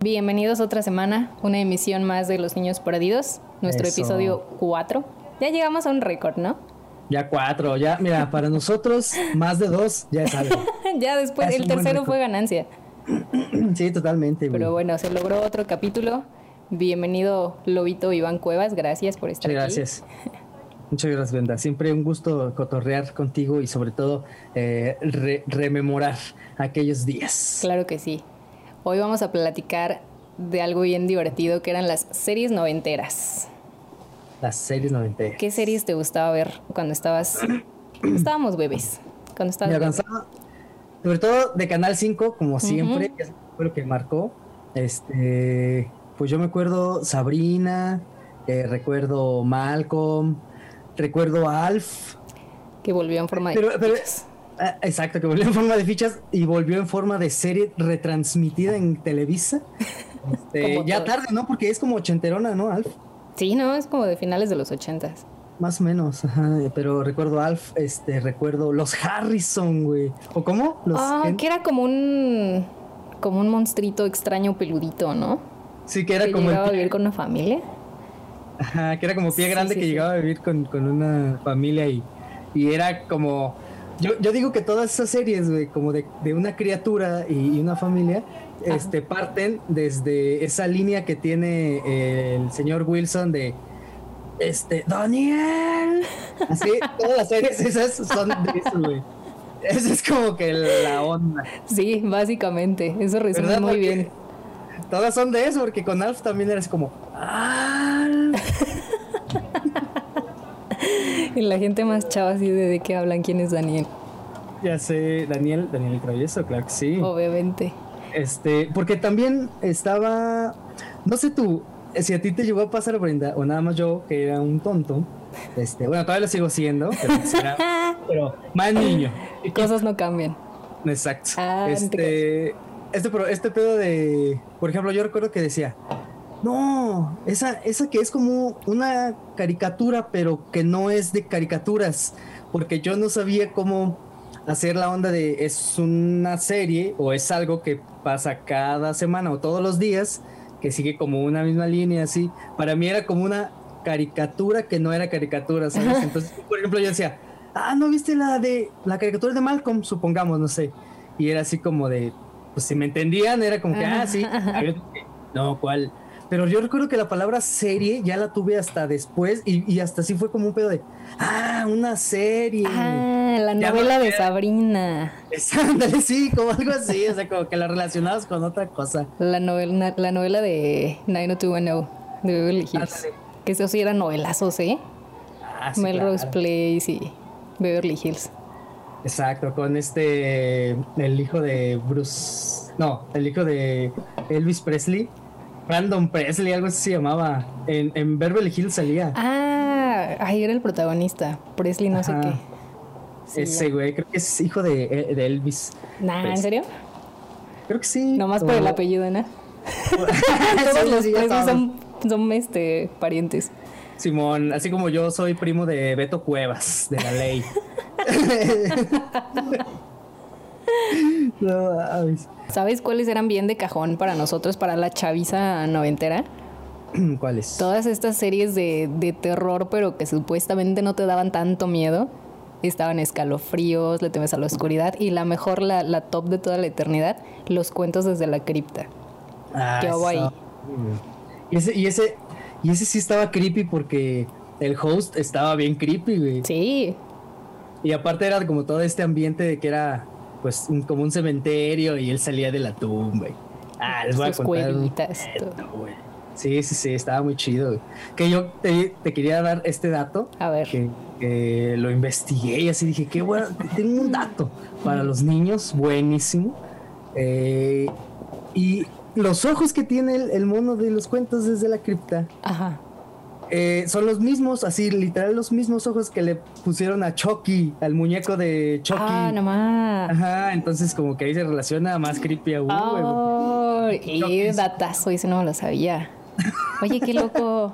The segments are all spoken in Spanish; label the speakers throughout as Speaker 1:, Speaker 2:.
Speaker 1: Bienvenidos otra semana, una emisión más de Los Niños Perdidos, nuestro
Speaker 2: Eso.
Speaker 1: episodio 4. Ya llegamos a un récord, ¿no?
Speaker 2: Ya cuatro, ya, mira, para nosotros más de dos ya es algo.
Speaker 1: ya después,
Speaker 2: Es
Speaker 1: el
Speaker 2: un buen
Speaker 1: tercero
Speaker 2: récord.
Speaker 1: fue ganancia.
Speaker 2: Sí, totalmente, güey.
Speaker 1: Pero bueno, se logró otro capítulo. Bienvenido, Lobito Iván Cuevas, gracias por estar
Speaker 2: Muchas
Speaker 1: aquí.
Speaker 2: gracias. Muchas gracias, Brenda. Siempre un gusto cotorrear contigo y sobre todo eh, re- rememorar aquellos días.
Speaker 1: Claro que sí. Hoy vamos a platicar de algo bien divertido que eran las series noventeras.
Speaker 2: Las series 90.
Speaker 1: ¿Qué series te gustaba ver cuando estabas... cuando estábamos bebés. Cuando estabas
Speaker 2: Me
Speaker 1: bebé?
Speaker 2: alcanzaba, sobre todo de Canal 5, como siempre, que fue lo que marcó. Este, pues yo me acuerdo Sabrina, eh, recuerdo Malcolm, recuerdo Alf.
Speaker 1: que volvió en forma de...
Speaker 2: Pero- pero-
Speaker 1: pitos.
Speaker 2: Ah, Exacto, que volvió en forma de fichas y volvió en forma de serie retransmitida en Televisa. Este,
Speaker 1: Como
Speaker 2: ya
Speaker 1: todas.
Speaker 2: tarde, ¿no? Porque es como ochenterona, ¿no, Alf?
Speaker 1: Sí, no, es como de finales de los ochentas.
Speaker 2: Más o menos, ajá, pero recuerdo Alf, este, recuerdo los Harrison, güey. ¿O cómo? Los
Speaker 1: Ah,
Speaker 2: Hen-
Speaker 1: que era como un... Como un monstruito extraño peludito, ¿no?
Speaker 2: Sí, que era
Speaker 1: que
Speaker 2: como el
Speaker 1: llegaba a
Speaker 2: pie-
Speaker 1: vivir con una familia.
Speaker 2: ajá, que era como pie
Speaker 1: Sí,
Speaker 2: grande
Speaker 1: sí,
Speaker 2: que
Speaker 1: sí.
Speaker 2: llegaba a vivir con, con una familia y, y era como yo, yo digo que todas esas series, güey, como de, de una criatura y, y una familia,
Speaker 1: Ajá.
Speaker 2: este parten desde esa línea que tiene eh, el señor Wilson de este Daniel. Así, todas las series esas son de eso, güey. Esa es como que la onda.
Speaker 1: Sí, básicamente. Eso resume
Speaker 2: ¿Verdad?
Speaker 1: Pues muy
Speaker 2: Porque
Speaker 1: bien.
Speaker 2: Todas son de eso, porque con Alf también eres como. "Alf".
Speaker 1: Y la gente más chava así de de qué hablan, quién es Daniel.
Speaker 2: Ya sé, Daniel, Daniel el Travieso, claro que sí.
Speaker 1: Oh. Obviamente.
Speaker 2: Este, porque también estaba. No sé tú, eh, si a ti te llegó a pasar, Brenda, o nada más yo, que era un tonto. Este, bueno, todavía lo sigo siendo, pero, será- pero más niño.
Speaker 1: Cosas no cambian.
Speaker 2: Exacto.
Speaker 1: Ah, no te
Speaker 2: este, este, pro- este pedo de, por ejemplo, yo recuerdo que decía, no, esa, esa que es como una caricatura, pero que no es de caricaturas, porque yo no sabía cómo hacer la onda de es una serie o es algo que pasa cada semana o todos los días, que sigue como una misma línea así. Para mí era como una caricatura que no era caricatura, ¿sabes? Entonces, por ejemplo, yo decía, ah, ¿no viste la de la caricatura de Malcolm? Supongamos, no sé. Y era así como de, pues si me entendían, era como que, ah, sí, había otro que, no, ¿cuál? Pero yo recuerdo que la palabra serie ya la tuve hasta después y, y hasta así fue como un pedo de, ah, una serie.
Speaker 1: Ah, la
Speaker 2: Ya
Speaker 1: novela
Speaker 2: me
Speaker 1: de
Speaker 2: acuerdo.
Speaker 1: Sabrina.
Speaker 2: Ándale, sí, como algo así, o sea, como que la relacionabas con otra cosa.
Speaker 1: La novela, la novela de 90210 de Beverly Hills.
Speaker 2: Ándale.
Speaker 1: Que eso sí eran novelazos, ¿eh?
Speaker 2: Ah, sí,
Speaker 1: Melrose
Speaker 2: claro.
Speaker 1: Place y Beverly Hills.
Speaker 2: Exacto, con este, el hijo de Bruce, no, el hijo de Elvis Presley, Brandon Presley, algo así se llamaba, en, en Beverly Hills salía.
Speaker 1: Ah, ahí era el protagonista. Presley, no
Speaker 2: Ajá.
Speaker 1: sé qué. Sí,
Speaker 2: Ese güey, creo que es hijo de, eh, de Elvis.
Speaker 1: Nah, ¿en
Speaker 2: Presley.
Speaker 1: serio?
Speaker 2: Creo que sí.
Speaker 1: Nomás por el
Speaker 2: como-
Speaker 1: apellido, ¿no?
Speaker 2: Sí,
Speaker 1: Todos los
Speaker 2: sí, ya
Speaker 1: Presley
Speaker 2: sabes.
Speaker 1: son, son este, parientes.
Speaker 2: Simón, así como yo soy primo de Beto Cuevas, de la ley. no, mames.
Speaker 1: ¿Sabes cuáles eran bien de cajón para nosotros, para la chaviza noventera?
Speaker 2: ¿Cuál es?
Speaker 1: Todas estas series de, de terror, pero que supuestamente no te daban tanto miedo. Estaban escalofríos, le temes a la oscuridad y la mejor, la, la top de toda la eternidad, los cuentos desde la cripta.
Speaker 2: Ah,
Speaker 1: ¿Qué hago ahí?
Speaker 2: está- Y ese, y ese, y ese sí estaba creepy porque el host estaba bien creepy, güey.
Speaker 1: Sí,
Speaker 2: Y aparte era como todo este ambiente de que era pues un- como un cementerio y él salía de la tumba. y- Ah, les voy a
Speaker 1: Sus
Speaker 2: contar. un
Speaker 1: cuevitas,
Speaker 2: cuento,
Speaker 1: todo.
Speaker 2: güey. Sí, sí, sí, estaba muy chido. güey. Que yo te, te quería dar este dato.
Speaker 1: A ver.
Speaker 2: Que, que lo investigué y así dije, qué bueno, tengo un dato para los niños, buenísimo. Eh, y los ojos que tiene el, el mono de los cuentos desde la cripta
Speaker 1: ajá.
Speaker 2: eh, son los mismos, así literal los mismos ojos que le pusieron a Chucky, al muñeco de Chucky.
Speaker 1: Ah, nomás.
Speaker 2: Ajá, entonces como que ahí se relaciona más creepy aún, güey.
Speaker 1: Oh, y
Speaker 2: Choques.
Speaker 1: datazo, eso no me lo sabía. Oye, qué loco.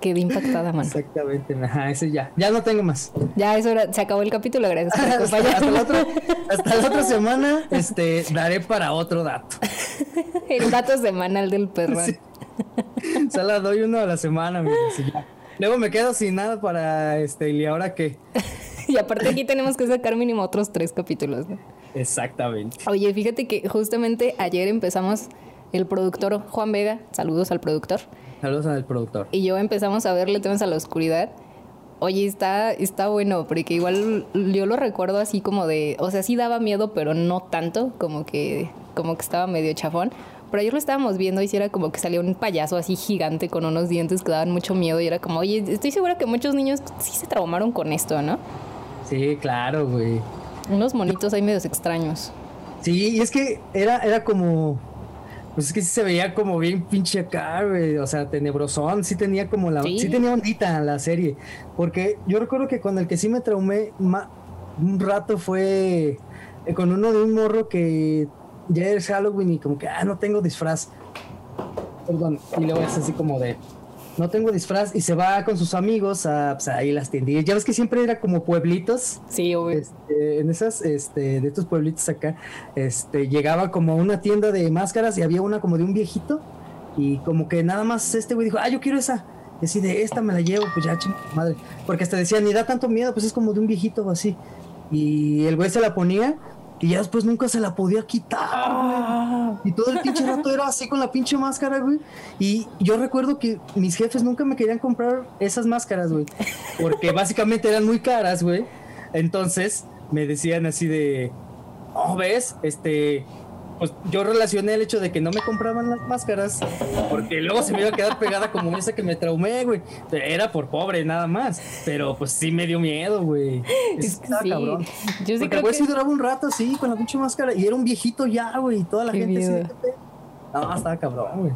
Speaker 1: quedé impactada, man.
Speaker 2: Exactamente, ajá, ese ya. Ya no tengo más.
Speaker 1: Ya, eso era, se acabó el capítulo, gracias por
Speaker 2: hasta, hasta
Speaker 1: acompañarme.
Speaker 2: la otra, hasta la otra semana este, daré para otro dato.
Speaker 1: El dato semanal del perro.
Speaker 2: Sí. O sea, la doy uno a la semana, amigos, y ya. Luego me quedo sin nada para este, ¿y ahora qué?
Speaker 1: Y aparte aquí tenemos que sacar mínimo otros tres capítulos, ¿no?
Speaker 2: Exactamente.
Speaker 1: Oye, fíjate que justamente ayer empezamos el productor Juan Vega, saludos al productor,
Speaker 2: Saludos al productor.
Speaker 1: y yo empezamos a verle temas a la oscuridad. Oye, está, está bueno, porque igual yo lo recuerdo así como de, o sea, sí daba miedo, pero no tanto, como que, como que estaba medio chafón. Pero ayer lo estábamos viendo y sí era como que salía un payaso así gigante con unos dientes que daban mucho miedo y era como, oye, estoy segura que muchos niños sí se traumaron con esto, ¿no?
Speaker 2: Sí, claro, güey.
Speaker 1: Unos monitos ahí medios extraños.
Speaker 2: Sí, y es que era, era como. Pues es que sí se veía como bien pinche acá, güey. O sea, tenebrosón. Sí tenía como la.
Speaker 1: Sí.
Speaker 2: Sí, tenía ondita la serie. Porque yo recuerdo que con el que sí me traumé ma- un rato fue eh, con uno de un morro que ya es Halloween y como que, ah, no tengo disfraz. Perdón. Y luego es así como de. No tengo disfraz y se va con sus amigos a pues, ahí las tiendillas. Ya ves que siempre era como pueblitos.
Speaker 1: Sí, obvio.
Speaker 2: Este, en esas, este, de estos pueblitos acá, este, llegaba como a una tienda de máscaras y había una como de un viejito y como que nada más este güey dijo, ah, yo quiero esa. Y así de esta me la llevo, pues ya, ching, madre. Porque hasta decía, ni da tanto miedo, pues es como de un viejito o así. Y el güey se la ponía y ya después nunca se la podía quitar. güey.
Speaker 1: Ah,
Speaker 2: Y todo el pinche rato era así con la pinche máscara, güey. Y yo recuerdo que mis jefes nunca me querían comprar esas máscaras, güey. Porque básicamente eran muy caras, güey. Entonces me decían así de, oh, ves, este, pues yo relacioné el hecho de que no me compraban las máscaras. Porque luego se me iba a quedar pegada como esa que me traumé, güey. Era por pobre nada más. Pero pues sí me dio miedo, güey. Eso
Speaker 1: Es que
Speaker 2: estaba
Speaker 1: sí.
Speaker 2: cabrón.
Speaker 1: Yo sí
Speaker 2: Porque
Speaker 1: creo
Speaker 2: el güey
Speaker 1: que...
Speaker 2: sí duraba un rato así, con la pinche máscara, y era un viejito ya, güey, y toda la
Speaker 1: Qué
Speaker 2: gente así. de,
Speaker 1: miedo.
Speaker 2: "¿Qué pedo?". No, estaba cabrón, güey.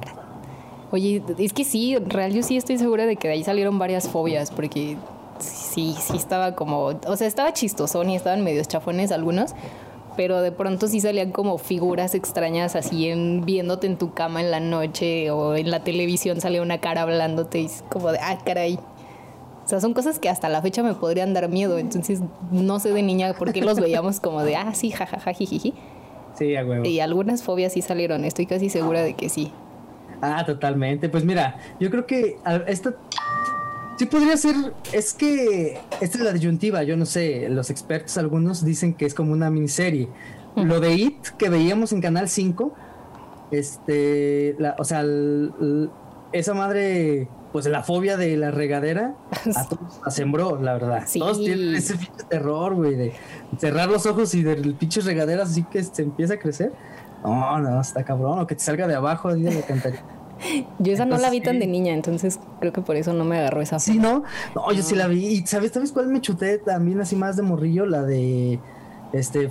Speaker 1: Oye, es que sí, en real yo sí estoy segura de que de ahí salieron varias fobias, porque sí, sí estaba como, o sea, estaba chistosón y estaban medio chafones algunos, pero de pronto sí salían como figuras extrañas así en, viéndote en tu cama en la noche o en la televisión salía una cara hablándote y es como de, ah, caray. O sea, son cosas que hasta la fecha me podrían dar miedo, entonces no sé de niña por qué los veíamos como de, ah, sí, jajaja, jijiji.
Speaker 2: Sí, a huevo.
Speaker 1: Y algunas fobias sí salieron, estoy casi segura de que sí.
Speaker 2: Ah, totalmente. Pues mira, yo creo que al- esta sí podría ser, es que esta es la disyuntiva, yo no sé, los expertos algunos dicen que es como una miniserie. Lo de It que veíamos en Canal 5, este, la- o sea, el- el- esa madre, pues la fobia de la regadera, a todos la sembró, la verdad.
Speaker 1: Sí.
Speaker 2: Todos tienen ese pinche terror, güey, de cerrar los ojos y de pinches regaderas así que se empieza a crecer. No, no, está cabrón, o que te salga de abajo, ahí de la alcantarilla.
Speaker 1: Yo esa no la vi
Speaker 2: Entonces,
Speaker 1: tan de
Speaker 2: sí.
Speaker 1: niña, entonces creo que por eso no me agarró esa.
Speaker 2: Sí, ¿no? No, yo sí la vi. ¿Y sabes, sabes cuál me chuté también así más de morrillo? La de, este,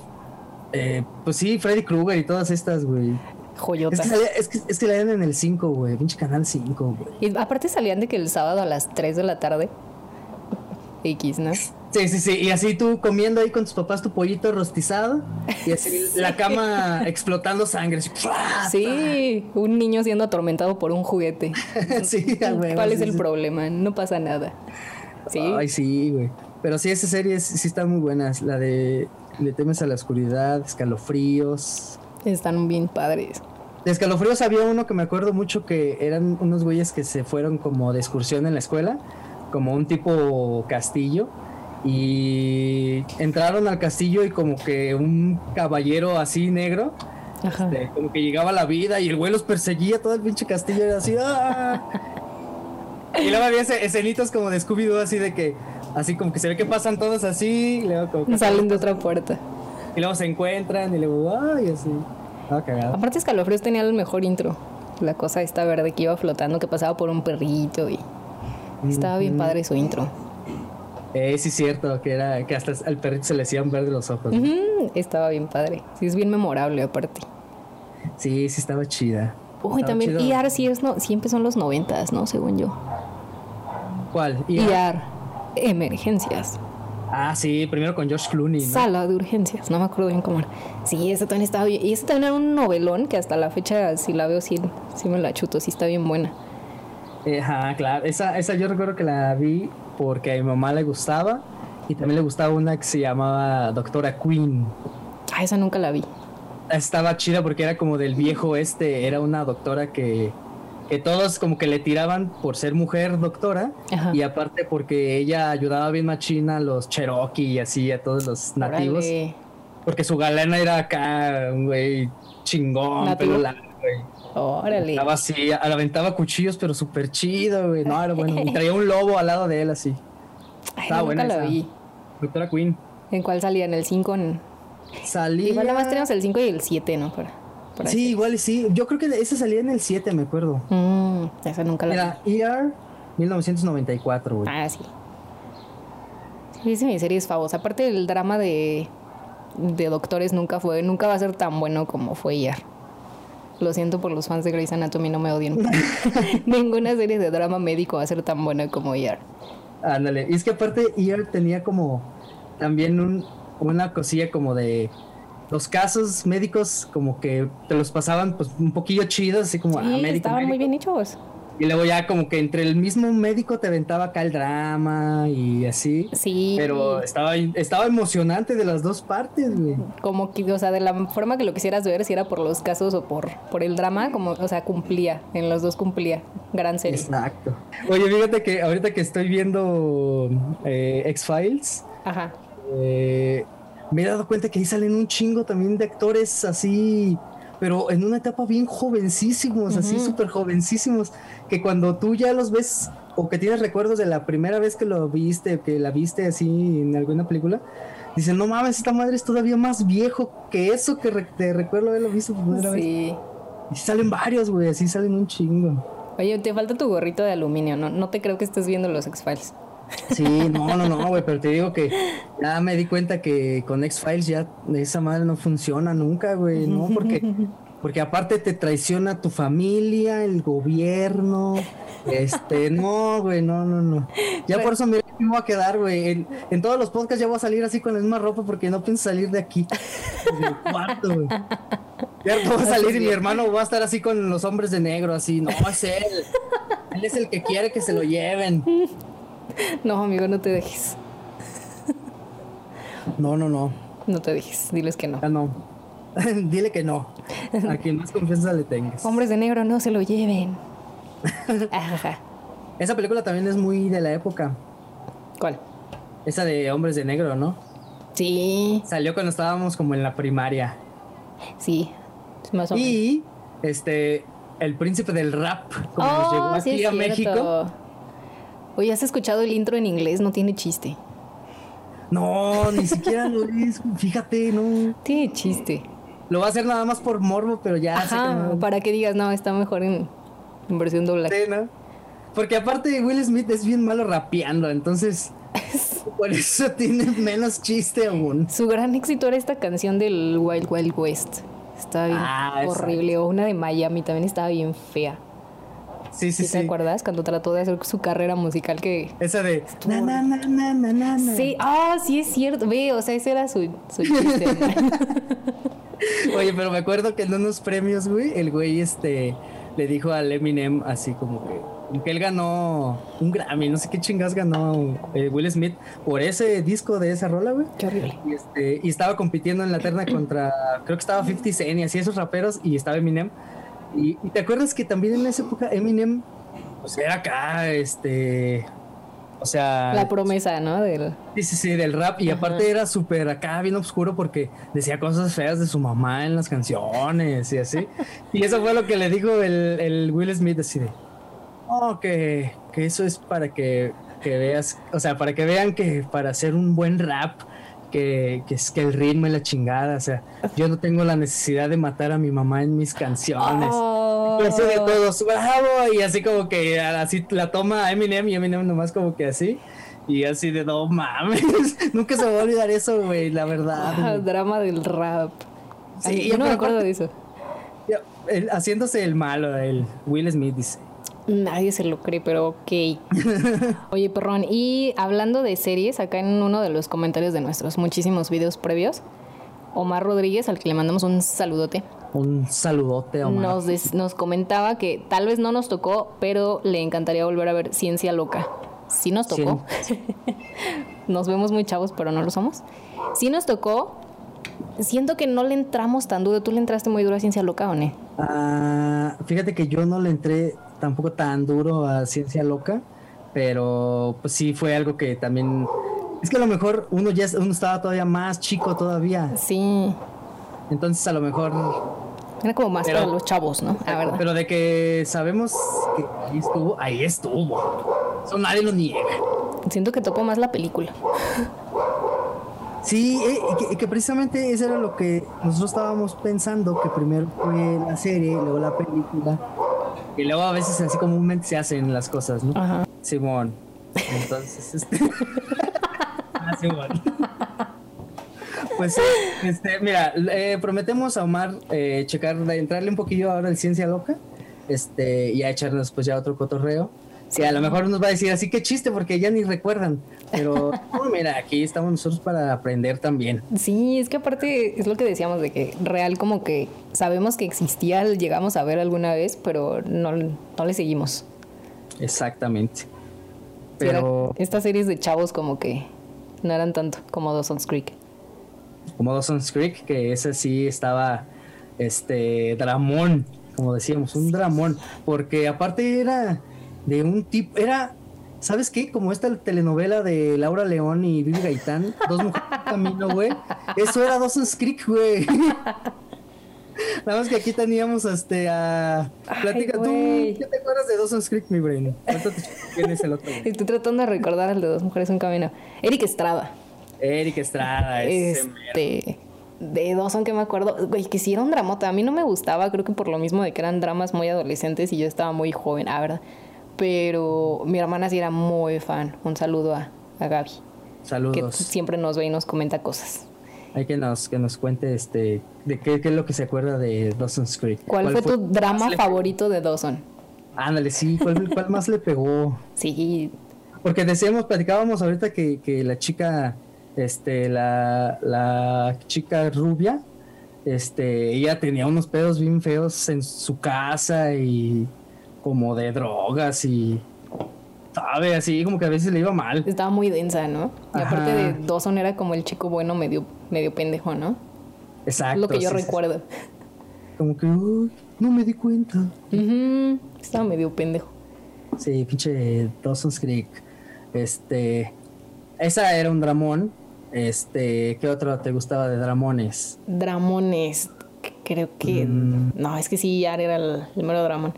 Speaker 2: eh, pues sí, Freddy Krueger y todas estas, güey. Es
Speaker 1: joyota.
Speaker 2: que, salía- es, que, es que la dan en el 5, güey. Pinche canal 5, güey.
Speaker 1: Y aparte salían de que el sábado a las 3 de la tarde. X, ¿no?
Speaker 2: Sí, sí, sí. Y así tú comiendo ahí con tus papás tu pollito rostizado y así la cama explotando sangre. así, ¡fua!
Speaker 1: Sí, un niño siendo atormentado por un juguete.
Speaker 2: Sí, a huevo,
Speaker 1: ¿Cuál
Speaker 2: sí,
Speaker 1: es el
Speaker 2: sí.
Speaker 1: problema? No pasa nada. Sí.
Speaker 2: Ay, sí, güey. Pero sí, esa serie es- sí está muy buena. La de Le temes a la oscuridad, escalofríos.
Speaker 1: Están bien padres.
Speaker 2: De escalofríos había uno que me acuerdo mucho que eran unos güeyes que se fueron como de excursión en la escuela, como un tipo castillo. Y entraron al castillo y como que un caballero así negro,
Speaker 1: Ajá.
Speaker 2: este, como que llegaba a la vida y el güey los perseguía, todo el pinche castillo era así. ¡ah! Y luego había ese- escenitas como de Scooby-Doo así de que, así como que se ve que pasan todos así, y luego, como que-
Speaker 1: Este, Salen de otra puerta.
Speaker 2: y luego se encuentran y luego, ay, así. Estaba cagado.
Speaker 1: Aparte, Escalofríos tenía el mejor intro. La cosa esta verde que iba flotando, que pasaba por un perrito y. Estaba bien
Speaker 2: Ujú.
Speaker 1: padre su intro.
Speaker 2: Eh, sí, cierto, que era que hasta al perrito se le hacían verde los ojos.
Speaker 1: Ujú, Estaba bien padre. Sí, es bien memorable aparte.
Speaker 2: Sí, sí, estaba chida.
Speaker 1: Uy,
Speaker 2: Estaba
Speaker 1: también
Speaker 2: chido.
Speaker 1: ER sí es, no, siempre son los noventas, ¿no? Según yo.
Speaker 2: ¿Cuál? Y-
Speaker 1: ER, emergencias,
Speaker 2: Ah, sí, primero con George Clooney. ¿no?
Speaker 1: sala de urgencias, no me acuerdo bien cómo era. Sí, ese también estaba bien. Y ese también era un novelón que hasta la fecha, si la veo, sí, sí me la chuto, sí está bien buena.
Speaker 2: Eh, ajá, claro. Esa, esa yo recuerdo que la vi porque a mi mamá le gustaba y también le gustaba una que se llamaba Doctora Queen.
Speaker 1: Ah, esa nunca la vi.
Speaker 2: Estaba chida porque era como del viejo este, era una doctora que, que todos como que le tiraban por ser mujer doctora
Speaker 1: Ajá.
Speaker 2: y aparte porque ella ayudaba bien machina a los Cherokee y así a todos los nativos.
Speaker 1: Órale.
Speaker 2: Porque su galena era acá, un güey, chingón,
Speaker 1: Nativo.
Speaker 2: pelo largo, güey.
Speaker 1: Órale.
Speaker 2: Estaba así, aventaba cuchillos, pero súper chido, güey. No, era bueno. Y traía un lobo al lado de él, así.
Speaker 1: Ay,
Speaker 2: estaba
Speaker 1: nunca
Speaker 2: buena
Speaker 1: la
Speaker 2: esa.
Speaker 1: vi.
Speaker 2: Doctora Queen.
Speaker 1: ¿En cuál salía? En el 5. En...
Speaker 2: Salía.
Speaker 1: Igual nada más tenemos el 5 y el 7, ¿no? Por, por ahí.
Speaker 2: Sí, igual y sí. Yo creo que esa salía en el 7, me acuerdo.
Speaker 1: Mm, esa nunca la vi.
Speaker 2: Era ER 1994, güey.
Speaker 1: Ah, sí. Sí, es de mis series favos. Aparte el drama de, de Doctores nunca fue, nunca va a ser tan bueno como fue ayer. Lo siento por los fans de Grey's Anatomy, no me odien. Ninguna serie de drama médico va a ser tan buena como ayer.
Speaker 2: Ándale. Y es que aparte ER tenía como también un, una cosilla como de los casos médicos como que te los pasaban pues un poquillo chidos, así como ah,
Speaker 1: Sí,
Speaker 2: médico,
Speaker 1: estaban muy
Speaker 2: médico.
Speaker 1: bien hechos.
Speaker 2: Y luego ya como que entre el mismo médico te aventaba acá el drama y así.
Speaker 1: Sí.
Speaker 2: Pero estaba, estaba emocionante de las dos partes, güey.
Speaker 1: como que, o sea, de la forma que lo quisieras ver, si era por los casos o por, por el drama, como, o sea, cumplía, en los dos cumplía. Gran serie.
Speaker 2: Exacto. Oye, fíjate que ahorita que estoy viendo eh, X-Files,
Speaker 1: Ajá.
Speaker 2: eh, me he dado cuenta que ahí salen un chingo también de actores así, pero en una etapa bien jovencísimos, así
Speaker 1: Ujú.
Speaker 2: súper jovencísimos, que cuando tú ya los ves o que tienes recuerdos de la primera vez que lo viste, que la viste así en alguna película, dicen, no mames, esta madre es todavía más viejo que eso que re- te recuerdo haberlo visto por primera vez.
Speaker 1: Sí.
Speaker 2: Y salen varios, güey, así salen un chingo.
Speaker 1: Oye, te falta tu gorrito de aluminio, no, no te creo que estés viendo los X-Files.
Speaker 2: Sí, no, no, no, güey, pero te digo que ya me di cuenta que con X-Files ya esa madre no funciona nunca, güey, ¿no? Porque, porque aparte te traiciona tu familia, el gobierno, este, no, güey, no, no, no. Ya por eso, mira, me voy a quedar, güey. En, en todos los podcasts ya voy a salir así con la misma ropa porque no pienso salir de aquí, del cuarto, güey. Ya no voy a salir y mi hermano va a estar así con los hombres de negro, así, no, es él. Él es el que quiere que se lo lleven.
Speaker 1: No, amigo, no te dejes.
Speaker 2: No, no, no.
Speaker 1: No te dejes, diles que no.
Speaker 2: Ah, no. Dile que no. A quien más confianza le tengas.
Speaker 1: Hombres de negro, no se lo lleven. Ajá.
Speaker 2: Esa película también es muy de la época.
Speaker 1: ¿Cuál?
Speaker 2: Esa de Hombres de Negro, ¿no?
Speaker 1: Sí,
Speaker 2: Salió cuando estábamos como en la primaria.
Speaker 1: sí, más o menos.
Speaker 2: Y este, El Príncipe del Rap, como nos llegó
Speaker 1: Oh, sí
Speaker 2: aquí
Speaker 1: es
Speaker 2: a México.
Speaker 1: cierto. Oye, ¿has escuchado el intro en inglés? No tiene chiste.
Speaker 2: No, ni siquiera lo es. Fíjate, no.
Speaker 1: Tiene chiste.
Speaker 2: Lo va a hacer nada más por morbo, pero ya sé que
Speaker 1: Ajá,
Speaker 2: no.
Speaker 1: para que digas, no, está mejor en, en versión doblaje.
Speaker 2: Sí, ¿no? Porque aparte Will Smith es bien malo rapeando, entonces por eso tiene menos chiste aún.
Speaker 1: Su gran éxito era esta canción del Wild Wild West. Estaba bien
Speaker 2: Ah, exacto.
Speaker 1: horrible. O una de Miami también estaba bien fea.
Speaker 2: Sí, sí,
Speaker 1: ¿Sí,
Speaker 2: sí.
Speaker 1: te acuerdas? Cuando trató de hacer su carrera musical que...
Speaker 2: Esa de.
Speaker 1: Estuvo
Speaker 2: Na, na, na, na, na, na, na.
Speaker 1: Sí, ah, sí es cierto. Ve, o sea, ese era su, su chiste.
Speaker 2: Oye, pero me acuerdo que en unos premios, güey, el güey este le dijo al Eminem así como que. como que él ganó un Grammy, no sé qué chingas ganó eh, Will Smith por ese disco de esa rola, güey.
Speaker 1: Qué horrible.
Speaker 2: Y, este, y estaba compitiendo en la terna contra, creo que estaba 50 Cent y así esos raperos, y estaba Eminem. Y, y te acuerdas que también en esa época Eminem, pues era acá, este. O sea.
Speaker 1: La promesa, ¿no? Del...
Speaker 2: Sí, sí, sí, del rap. Y aparte era súper acá, bien oscuro, porque decía cosas feas de su mamá en las canciones y así. y eso fue lo que le dijo el, el Will Smith, así de. Oh, que, que eso es para que, que veas, o sea, para que vean que para hacer un buen rap, que, que es que el ritmo y la chingada, o sea, yo no tengo la necesidad de matar a mi mamá en mis canciones.
Speaker 1: Oh.
Speaker 2: Y así de todos, bravo, y así como que así la toma Eminem y Eminem nomás como que así. Y así de no mames, nunca se me va a olvidar eso, güey, la
Speaker 1: Ah,
Speaker 2: verdad. güey.
Speaker 1: drama del rap.
Speaker 2: Sí,
Speaker 1: Ay, yo no
Speaker 2: pero
Speaker 1: me acuerdo
Speaker 2: aparte-
Speaker 1: de eso.
Speaker 2: Ya, el- haciéndose el malo, el Will Smith dice.
Speaker 1: Nadie se lo cree, pero ok. Oye, perrón, y hablando de series, acá en uno de los comentarios de nuestros muchísimos videos previos, Omar Rodríguez, al que le mandamos un saludote,
Speaker 2: Un saludote, Omar.
Speaker 1: Nos, des- nos comentaba que tal vez no nos tocó, pero le encantaría volver a ver Ciencia Loca. Sí nos tocó. nos vemos muy chavos, pero no lo somos. Sí nos tocó. Siento que no le entramos tan duro. ¿Tú le entraste muy duro a Ciencia Loca, One?
Speaker 2: Ah, fíjate que yo no le entré tampoco tan duro a Ciencia Loca, pero pues sí fue algo que también... Es que a lo mejor uno ya es- uno estaba todavía más chico todavía,
Speaker 1: Sí.
Speaker 2: entonces a lo mejor...
Speaker 1: Era como más
Speaker 2: Pero-
Speaker 1: para los chavos, ¿no? La verdad.
Speaker 2: Pero de que sabemos que ahí estuvo, ahí estuvo. Eso nadie lo niega.
Speaker 1: Siento que tocó más la película.
Speaker 2: Sí, eh, y que, y que precisamente eso era lo que nosotros estábamos pensando, que primero fue la serie, luego la película, y luego a veces así comúnmente se hacen las cosas, ¿no?
Speaker 1: Ajá.
Speaker 2: Simón. Entonces, este... Ah, Simón. Pues sí, este, mira, eh, prometemos a Omar eh, checar, entrarle un poquillo ahora en ciencia loca, este, y a echarnos pues ya otro cotorreo. Sí, a lo mejor nos va a decir, así que chiste, porque ya ni recuerdan. Pero, no, mira, aquí estamos nosotros para aprender también.
Speaker 1: Sí, es que aparte es lo que decíamos de que real como que sabemos que existía, llegamos a ver alguna vez, pero no, no le seguimos.
Speaker 2: Exactamente.
Speaker 1: Sí, era-
Speaker 2: Pero,
Speaker 1: estas series de chavos como que no eran tanto como Dawson's Creek.
Speaker 2: como Dawson's Creek, que ese sí estaba este dramón, como decíamos, un dramón, porque aparte era de un tipo, era, ¿sabes qué? Como esta telenovela de Laura León y Vivi Gaitán, dos mujeres en camino, güey. Eso era Dawson's Creek, güey. Nada más que aquí teníamos este a
Speaker 1: Ay,
Speaker 2: plática tú,
Speaker 1: güey.
Speaker 2: ¿qué te acuerdas de Dawson's Creek, mi brain? Ahorita te checo ¿Quién es el otro? güey.
Speaker 1: Estoy tratando de recordar al de dos mujeres en un camino. Eric Estrada.
Speaker 2: Eric Estrada, ese mero.
Speaker 1: Este. De Dawson que me acuerdo, güey, que sí era un dramota. A mí no me gustaba, creo que por lo mismo de que eran dramas muy adolescentes y yo estaba muy joven, ah, verdad. Pero mi hermana sí era muy fan. Un saludo a, a Gaby, que
Speaker 2: Saludos.
Speaker 1: siempre nos ve y nos comenta cosas.
Speaker 2: Hay que nos, que nos cuente este de qué, qué es lo que se acuerda de Dawson's Creek.
Speaker 1: ¿Cuál, fue, tu drama
Speaker 2: le-
Speaker 1: favorito de Dawson?
Speaker 2: Ándale, sí, ¿cuál, cuál más le pegó?
Speaker 1: Sí,
Speaker 2: Porque decíamos, platicábamos ahorita que, que la chica, este, la, la chica rubia, este, ella tenía unos pedos bien feos en su casa y como de drogas y sabe, así como que a veces le iba mal.
Speaker 1: estaba muy densa, ¿no? Y aparte
Speaker 2: Ajá.
Speaker 1: de Dawson era como el chico bueno medio, medio pendejo, ¿no?
Speaker 2: Exacto.
Speaker 1: lo que yo
Speaker 2: sí, sí,
Speaker 1: recuerdo.
Speaker 2: Como que, uy, no me di cuenta.
Speaker 1: Ujú, Estaba medio pendejo.
Speaker 2: Sí, pinche Dawson's Creek. Este. Esa era un dramón. Este. ¿Qué otro te gustaba de dramones?
Speaker 1: Dramones. c- Creo que. No, es que sí, ya era el, el mero dramón.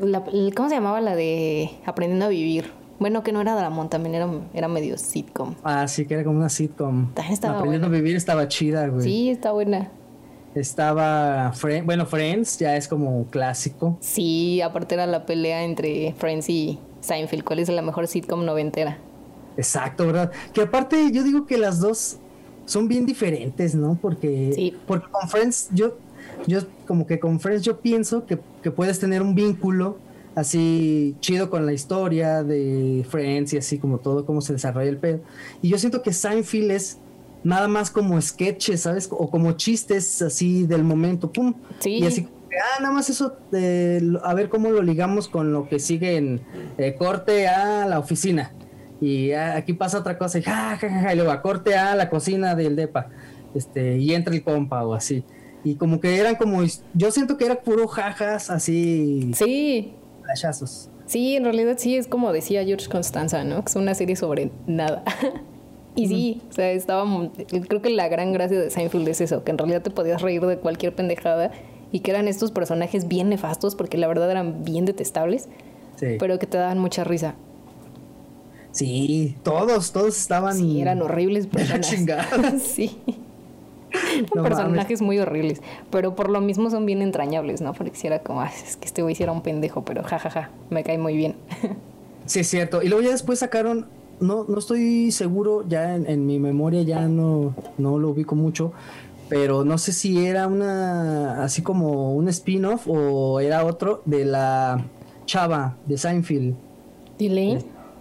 Speaker 1: La- el- ¿Cómo se llamaba la de Aprendiendo a Vivir? Bueno, que no era dramón, también era, era medio sitcom.
Speaker 2: Ah, sí, que era como una sitcom.
Speaker 1: También estaba
Speaker 2: Aprendiendo a vivir estaba chida, güey.
Speaker 1: Sí, está buena.
Speaker 2: Estaba. Fre- bueno, Friends ya es como un clásico.
Speaker 1: Sí, aparte era la pelea entre Friends y Seinfeld. ¿Cuál es la mejor sitcom noventera?
Speaker 2: Exacto, ¿verdad? Que aparte yo digo que las dos son bien diferentes, ¿no? Porque,
Speaker 1: Sí.
Speaker 2: porque con Friends yo, yo como que con Friends yo pienso que, que puedes tener un vínculo así chido con la historia de Friends y así como todo, cómo se desarrolla el pedo. Y yo siento que Seinfeld es nada más como sketches, ¿sabes? O como chistes así del momento, pum.
Speaker 1: Sí.
Speaker 2: Y así, ah, nada más eso, eh, lo- a ver cómo lo ligamos con lo que sigue en eh, corte a la oficina. Y ah, aquí pasa otra cosa, y, ja, ja, ja, ja, y luego a corte a la cocina del DEPA. Este, y entra el compa o así. Y como que eran como, his- yo siento que era puro jajas, así,
Speaker 1: Sí,
Speaker 2: flashazos.
Speaker 1: Sí, en realidad sí, es como decía George Constanza, ¿no? Que es una serie sobre nada. y sí, o sea, estaba. mu- Creo que la gran gracia de Seinfeld es eso, que en realidad te podías reír de cualquier pendejada y que eran estos personajes bien nefastos, porque la verdad eran bien detestables,
Speaker 2: Sí.
Speaker 1: pero que te daban mucha risa.
Speaker 2: Sí, todos, todos estaban.
Speaker 1: Sí, eran horribles
Speaker 2: la
Speaker 1: personas.
Speaker 2: chingada.
Speaker 1: sí.
Speaker 2: No
Speaker 1: personajes muy horribles, pero por lo mismo son bien entrañables, ¿no? Porque si era como, "Ah, es que este güey sí era un pendejo, pero jajaja, me cae muy bien.
Speaker 2: Sí, es cierto. Y luego ya después sacaron, no, no estoy seguro, ya en, en mi memoria ya no, no lo ubico mucho, pero no sé si era una, así como un spin-off o era otro de la chava de Seinfeld.
Speaker 1: Delane,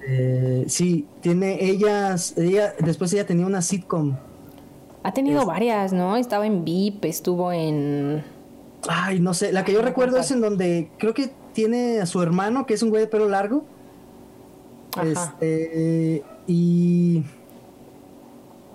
Speaker 2: Eh, sí, tiene ellas, ella, después ella tenía una sitcom. Este-
Speaker 1: Ha tenido varias, ¿no? Estaba en VIP, estuvo en
Speaker 2: Ay, no sé. La que yo recuerdo es en donde creo que tiene a su hermano, que es un güey de pelo largo.
Speaker 1: Ajá.
Speaker 2: Este. Y.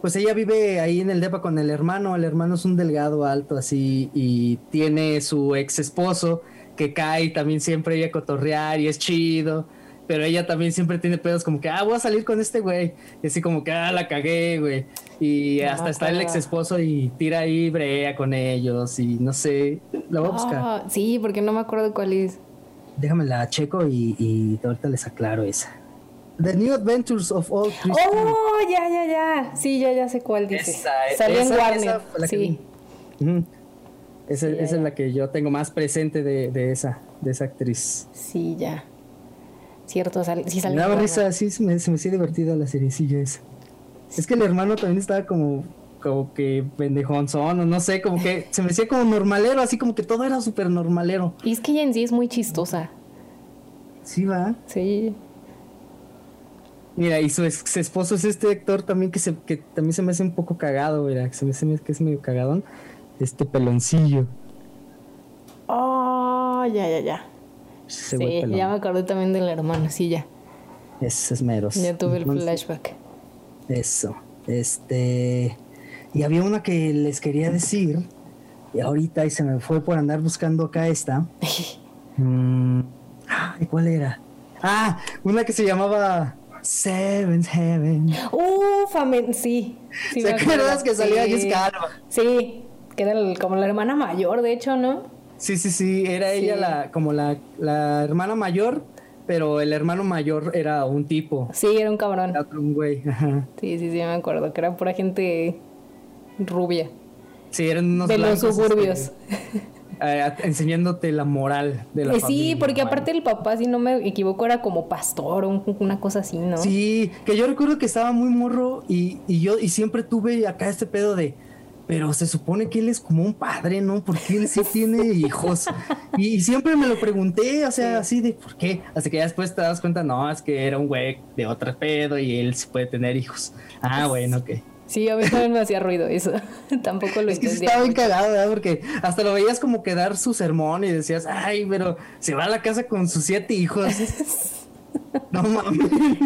Speaker 2: Pues ella vive ahí en el depa con el hermano. El hermano es un delgado alto así. Y tiene su ex esposo que cae y también siempre ella a cotorrear y es chido. Pero ella también siempre tiene pedos como que, ah, voy a salir con este güey. Y así como que, ah, la cagué, güey. Y
Speaker 1: Ah,
Speaker 2: hasta está el
Speaker 1: caga.
Speaker 2: ex esposo y tira ahí brea con ellos. Y no sé, la voy a buscar.
Speaker 1: Ah, sí, porque no me acuerdo cuál es.
Speaker 2: Déjame la checo y, y ahorita les aclaro esa. The New Adventures of Old Christian.
Speaker 1: ¡Oh! Ya, ya, ya. Sí, ya, ya sé cuál dices.
Speaker 2: Esa, eh,
Speaker 1: Salió en
Speaker 2: esa-
Speaker 1: Warner.
Speaker 2: esa fue la que
Speaker 1: sí.
Speaker 2: vi. Ujú. Esa,
Speaker 1: Sí, ya,
Speaker 2: esa
Speaker 1: ya.
Speaker 2: es la que yo tengo más presente de, de esa, de esa actriz.
Speaker 1: Sí, ya. Cierto, sal- sí
Speaker 2: Me
Speaker 1: salió. en
Speaker 2: daba
Speaker 1: Warner.
Speaker 2: risa, sí, se me, se me hacía divertida la seriecilla esa. Es que el hermano también estaba como, como que pendejonzón, o no sé, como que se me hacía como normalero, así como que todo era súper normalero.
Speaker 1: Y es que ella en sí es muy chistosa.
Speaker 2: Sí, va.
Speaker 1: Sí.
Speaker 2: Mira, y su ex esposo es este actor también que, se, que también se me hace un poco cagado, mira, que se me hace que es medio cagadón. Este peloncillo.
Speaker 1: Oh, ya, ya, ya. Sí,
Speaker 2: Ese güey pelón.
Speaker 1: ya me acordé también del hermano. Sí, ya.
Speaker 2: Ese es meros.
Speaker 1: Ya tuve el
Speaker 2: Entonces,
Speaker 1: flashback.
Speaker 2: Eso. Este. Y había una que les quería decir. Y ahorita y se me fue por andar buscando acá esta. Mm, ay, ¿Cuál era? Ah, una que se llamaba Seven's Heaven.
Speaker 1: Uf, amén. Sí. sí
Speaker 2: ¿Se
Speaker 1: me acuerdo.
Speaker 2: acuerdas que salía
Speaker 1: Sí.
Speaker 2: Jessica Alba?
Speaker 1: Sí, que era el- como la hermana mayor, de hecho, ¿no?
Speaker 2: Sí, sí, sí, era
Speaker 1: Sí.
Speaker 2: ella la, como la, la hermana mayor, pero el hermano mayor era un tipo,
Speaker 1: Sí, era un cabrón.
Speaker 2: era otro un güey. ajá.
Speaker 1: Sí, sí, sí, me acuerdo. Que era pura gente rubia.
Speaker 2: Sí, eran unos
Speaker 1: de los
Speaker 2: blancos,
Speaker 1: suburbios.
Speaker 2: este, eh, enseñándote la moral de la
Speaker 1: Eh,
Speaker 2: familia,
Speaker 1: sí, porque
Speaker 2: vaya.
Speaker 1: aparte el papá, si no me equivoco, era como pastor o un- una cosa así, ¿no?
Speaker 2: Sí, que yo recuerdo que estaba muy morro y, y yo y siempre tuve acá este pedo de, pero se supone que él es como un padre, ¿no? Porque él sí tiene hijos. Y, y siempre me lo pregunté, o sea, así de, ¿por qué? Hasta que ya después te das cuenta, no, es que era un güey de otro pedo y él sí puede tener hijos. Ah, bueno, ok.
Speaker 1: Sí, a mí también me hacía ruido eso. Tampoco lo
Speaker 2: Es que sí
Speaker 1: entendía.
Speaker 2: estaba bien
Speaker 1: mucho.
Speaker 2: cagado, ¿verdad? Porque hasta lo veías como que dar su sermón y decías, ay, pero se va a la casa con sus siete hijos. No mames.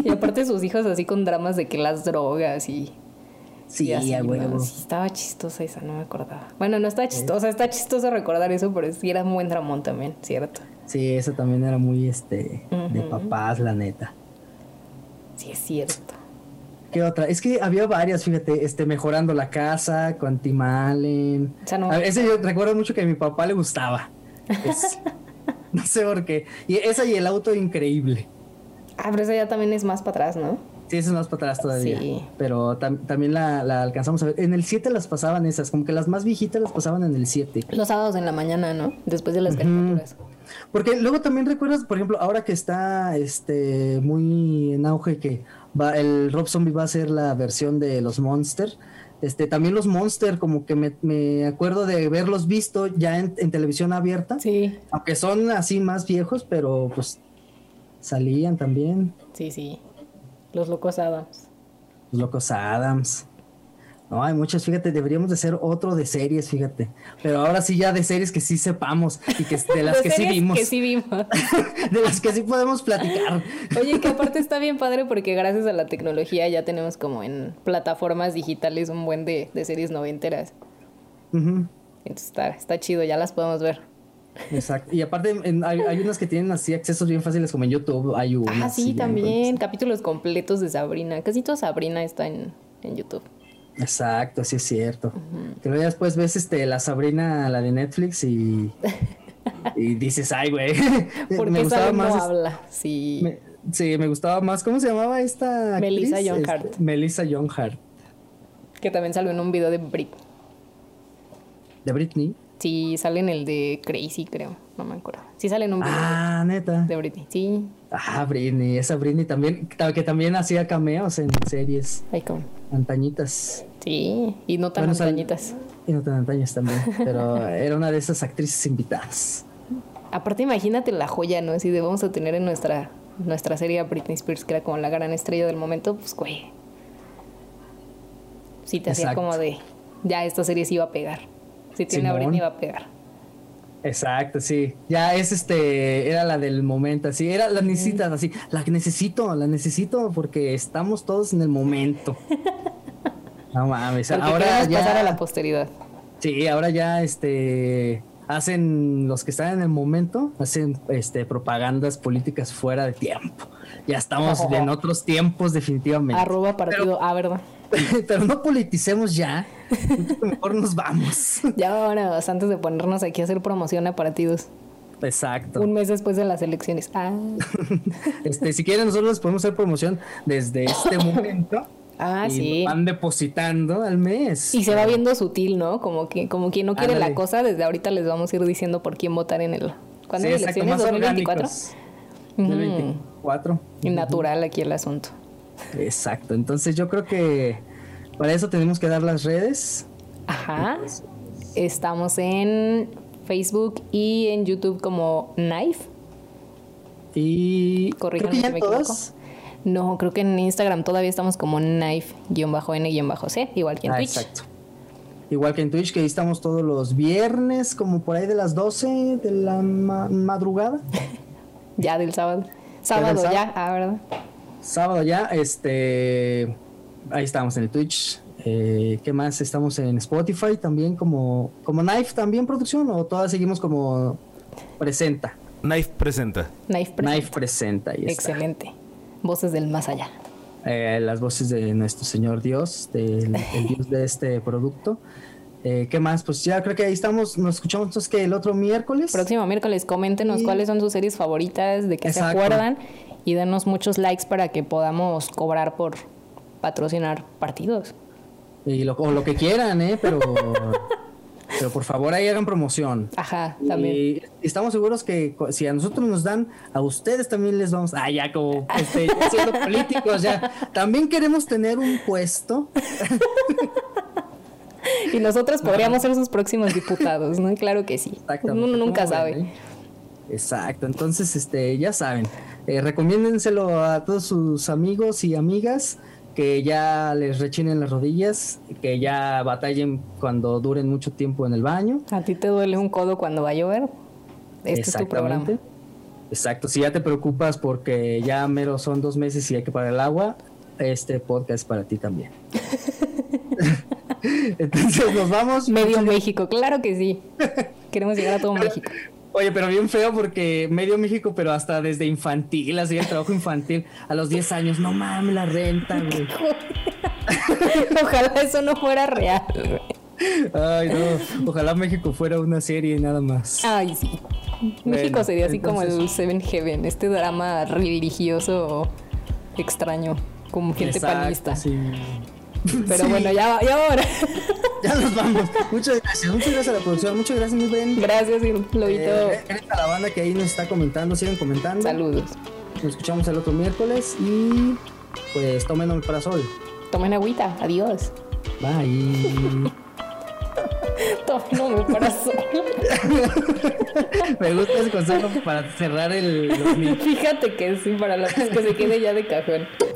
Speaker 1: Y aparte sus hijos así con dramas de que las drogas y...
Speaker 2: Sí,
Speaker 1: y así,
Speaker 2: a
Speaker 1: ¿no?
Speaker 2: huevo.
Speaker 1: Sí, estaba chistosa esa, no me acordaba. Bueno, no está chistosa, está chistoso recordar eso, pero sí era un buen dramón también, ¿cierto?
Speaker 2: Sí, eso también era muy este de
Speaker 1: Ujú.
Speaker 2: papás, la neta.
Speaker 1: Sí, es cierto.
Speaker 2: ¿Qué otra? Es que había varias, fíjate, este mejorando la casa con Tim Allen.
Speaker 1: O sea, no-
Speaker 2: A- Ese yo recuerdo mucho que a mi papá le gustaba. Es- no sé por qué. Y esa y el auto increíble.
Speaker 1: Ah, pero esa ya también es más para atrás, ¿no?
Speaker 2: Sí, esas más para atrás todavía.
Speaker 1: Sí.
Speaker 2: Pero tam- también la, la alcanzamos a ver. En el 7 las pasaban esas, como que las más viejitas las pasaban en el 7.
Speaker 1: Los sábados en la mañana, ¿no? Después de las
Speaker 2: Ujú.
Speaker 1: caricaturas.
Speaker 2: Porque luego también recuerdas, por ejemplo, ahora que está este muy en auge que va, el Rob Zombie va a ser la versión de los Monster. Este, también los Monster, como que me, me acuerdo de verlos visto ya en, en televisión abierta.
Speaker 1: Sí,
Speaker 2: Aunque son así más viejos, pero pues salían también.
Speaker 1: sí, sí. Los locos Adams.
Speaker 2: Los locos Adams. No, hay muchos, fíjate, deberíamos de hacer otro de series, fíjate. Pero ahora sí ya de series que sí sepamos y que de las
Speaker 1: De
Speaker 2: que sí
Speaker 1: series
Speaker 2: vimos,
Speaker 1: Que sí vimos.
Speaker 2: de las que sí podemos platicar.
Speaker 1: Oye, que aparte está bien padre porque gracias a la tecnología ya tenemos como en plataformas digitales un buen de, de series noventeras.
Speaker 2: Ujú.
Speaker 1: Entonces está, está chido, ya las podemos ver.
Speaker 2: Exacto. Y aparte, en- hay, hay unas que tienen así accesos bien fáciles, como en YouTube. Hay una.
Speaker 1: Ah, sí, también. Capítulos completos de Sabrina. Casi toda Sabrina está en, en YouTube.
Speaker 2: Exacto, sí es cierto. Que luego ya después ves este, la Sabrina, la de Netflix, y, y dices, ay, güey.
Speaker 1: Porque esa no
Speaker 2: es-
Speaker 1: habla. Sí.
Speaker 2: este, me- sí, me gustaba más. ¿Cómo se llamaba esta?
Speaker 1: Melissa
Speaker 2: actriz?
Speaker 1: Joan Hart.
Speaker 2: Este, Melissa John Hart.
Speaker 1: Que también salió en un video de Brick.
Speaker 2: De Britney.
Speaker 1: Sí, sale en el de Crazy, creo. No me acuerdo. Sí, sale en un video
Speaker 2: Ah, neta.
Speaker 1: de Britney. Sí,
Speaker 2: Ah, Britney. Esa Britney también, que también hacía cameos en series
Speaker 1: ahí como.
Speaker 2: antañitas.
Speaker 1: Sí, y no tan
Speaker 2: Bueno, sal-
Speaker 1: montañitas.
Speaker 2: Y no tan antañas también, pero era una de esas actrices invitadas.
Speaker 1: Aparte, imagínate la joya, ¿no? Si vamos a tener en nuestra, nuestra serie a Britney Spears, que era como la gran estrella del momento, pues, güey. Sí, te hacía
Speaker 2: Exacto.
Speaker 1: como de. Ya esta serie sí iba a pegar. Si tiene a
Speaker 2: Simón.
Speaker 1: Britney, va a pegar.
Speaker 2: Exacto, sí. Ya es este, era la del momento, así, era la necesitas, así, la que necesito, la necesito porque estamos todos en el momento. No mames,
Speaker 1: Porque
Speaker 2: ahora
Speaker 1: queremos
Speaker 2: ya
Speaker 1: pasar a la posteridad.
Speaker 2: Sí, ahora ya este hacen los que están en el momento, hacen este propagandas políticas fuera de tiempo. Ya estamos en otros tiempos definitivamente.
Speaker 1: Arroba partido A, ¿verdad?
Speaker 2: Pero no politicemos ya. Mejor nos vamos.
Speaker 1: Ya ahora, antes de ponernos aquí a hacer promoción a partidos.
Speaker 2: Exacto.
Speaker 1: Un mes después de las elecciones. Ah,
Speaker 2: Este, si quieren, nosotros les podemos hacer promoción desde este momento.
Speaker 1: ah
Speaker 2: y
Speaker 1: sí.
Speaker 2: lo van depositando al mes.
Speaker 1: Y se va viendo sutil, ¿no? Como que como quien no quiere la
Speaker 2: Ándale.
Speaker 1: cosa, desde ahorita les vamos a ir diciendo por quién votar en el... ¿Cuándo
Speaker 2: Sí,
Speaker 1: hay
Speaker 2: exacto,
Speaker 1: elecciones?
Speaker 2: más
Speaker 1: ¿2024?
Speaker 2: orgánicos.
Speaker 1: Ujú.
Speaker 2: 2024.
Speaker 1: Y natural aquí el asunto.
Speaker 2: Exacto. Entonces yo creo que para eso tenemos que dar las redes.
Speaker 1: Ajá.
Speaker 2: pues.
Speaker 1: Estamos en Facebook y en YouTube como Knife.
Speaker 2: Y
Speaker 1: Corríjanme
Speaker 2: creo que ya
Speaker 1: si me
Speaker 2: en todas.
Speaker 1: equivoco. No, creo que en Instagram todavía estamos como knife-n-c, igual que en
Speaker 2: Ah,
Speaker 1: Twitch.
Speaker 2: exacto. Igual que en Twitch, que ahí estamos todos los viernes, como por ahí de las 12 de la ma- madrugada.
Speaker 1: Ya del sábado. Sábado
Speaker 2: sábado.
Speaker 1: ya, ah, ¿verdad?
Speaker 2: Sábado ya, este. Ahí estamos en el Twitch. Eh, ¿Qué más? Estamos en Spotify también, como, como Knife también producción, o todas seguimos como presenta.
Speaker 3: Knife presenta.
Speaker 1: Knife Press.
Speaker 2: Knife presenta. Ahí está.
Speaker 1: Excelente. Voces del más allá.
Speaker 2: eh, las voces de nuestro Señor Dios, del el Dios de este producto. Eh, ¿Qué más? Pues ya creo que ahí estamos, nos escuchamos entonces que el otro miércoles.
Speaker 1: Próximo miércoles, coméntenos
Speaker 2: Y-
Speaker 1: cuáles son sus series favoritas, de qué se
Speaker 2: Exacto.
Speaker 1: acuerdan y denos muchos likes para que podamos cobrar por patrocinar partidos.
Speaker 2: Y lo, o lo que quieran, ¿eh? Pero, pero por favor ahí hagan promoción.
Speaker 1: Ajá, también.
Speaker 2: Y estamos seguros que co- si a nosotros nos dan, a ustedes también les vamos. Ah, ya como este, ya siendo políticos, ya. También queremos tener un puesto.
Speaker 1: Y nosotros podríamos ser sus próximos diputados, ¿no? Claro que sí.
Speaker 2: Exactamente.
Speaker 1: Uno nunca
Speaker 2: ¿Cómo
Speaker 1: sabe.
Speaker 2: ven, eh? Exacto, entonces este, ya saben, eh, recomiéndenselo a todos sus amigos y amigas que ya les rechinen las rodillas, que ya batallen cuando duren mucho tiempo en el baño.
Speaker 1: A ti te duele un codo cuando va a llover. Este es tu programa.
Speaker 2: Exactamente. Exacto, si ya te preocupas porque ya mero son dos meses y hay que pagar el agua, este podcast es para ti también. entonces nos vamos.
Speaker 1: Medio México, claro que sí. Queremos llegar a todo México.
Speaker 2: Oye, pero bien feo porque medio México, pero hasta desde infantil, así el trabajo infantil, a los 10 años, no mames, la renta, güey.
Speaker 1: Ojalá eso no fuera real.
Speaker 2: Ay, no, ojalá México fuera una serie nada más.
Speaker 1: Ay, sí. México
Speaker 2: Bueno,
Speaker 1: sería así como el
Speaker 2: entonces-
Speaker 1: Seven Heaven, este drama religioso extraño, con gente
Speaker 2: Exacto,
Speaker 1: panista.
Speaker 2: sí.
Speaker 1: Pero
Speaker 2: Sí,
Speaker 1: bueno, ya, va- ya ahora.
Speaker 2: ya nos vamos. Muchas gracias, muchas gracias a la producción, muchas gracias, mi Ben.
Speaker 1: Gracias, Lobito.
Speaker 2: Eh, gracias a la banda que ahí nos está comentando, sigan comentando.
Speaker 1: Saludos.
Speaker 2: Nos escuchamos el otro miércoles y pues tomen el parasol.
Speaker 1: Tomen agüita. Adiós.
Speaker 2: Bye.
Speaker 1: Tomen mi corazón.
Speaker 2: Me gusta ese consejo para cerrar el 2000.
Speaker 1: Fíjate que sí, para los que se quede ya de cajón.